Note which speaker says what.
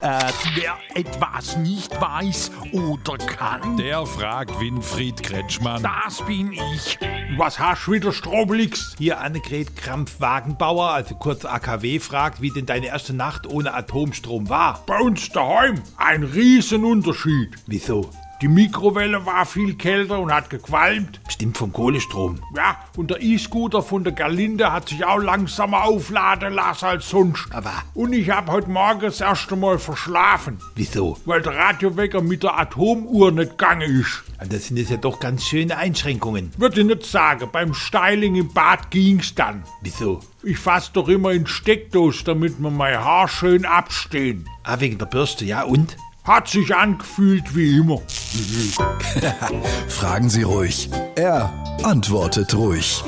Speaker 1: Äh, wer etwas nicht weiß oder kann,
Speaker 2: Der fragt Winfried Kretschmann.
Speaker 1: das bin ich.
Speaker 3: Was hast du wieder, Strobelix?
Speaker 4: Hier Annegret Krampf-Wagenbauer, also kurz AKW, fragt, wie denn deine erste Nacht ohne Atomstrom war.
Speaker 3: Bei uns daheim ein Riesenunterschied.
Speaker 4: Wieso?
Speaker 3: Die Mikrowelle war viel kälter und hat gequalmt.
Speaker 4: Bestimmt vom Kohlestrom.
Speaker 3: Ja, und der E-Scooter von der Galinde hat sich auch langsamer aufladen lassen als sonst.
Speaker 4: Aber
Speaker 3: Und ich hab heute Morgen das erste Mal verschlafen,
Speaker 4: wieso?
Speaker 3: weil der Radiowecker mit der Atomuhr nicht gegangen ist.
Speaker 4: Ah, Das sind jetzt ja doch ganz schöne Einschränkungen.
Speaker 3: Würde ich nicht sagen, beim Styling im Bad ging's dann.
Speaker 4: Wieso?
Speaker 3: Ich fass doch immer in Steckdose, damit mir mein Haar schön abstehen.
Speaker 4: Ah, wegen der Bürste, ja und?
Speaker 3: Hat sich angefühlt wie immer.
Speaker 5: Fragen Sie ruhig. Er antwortet ruhig.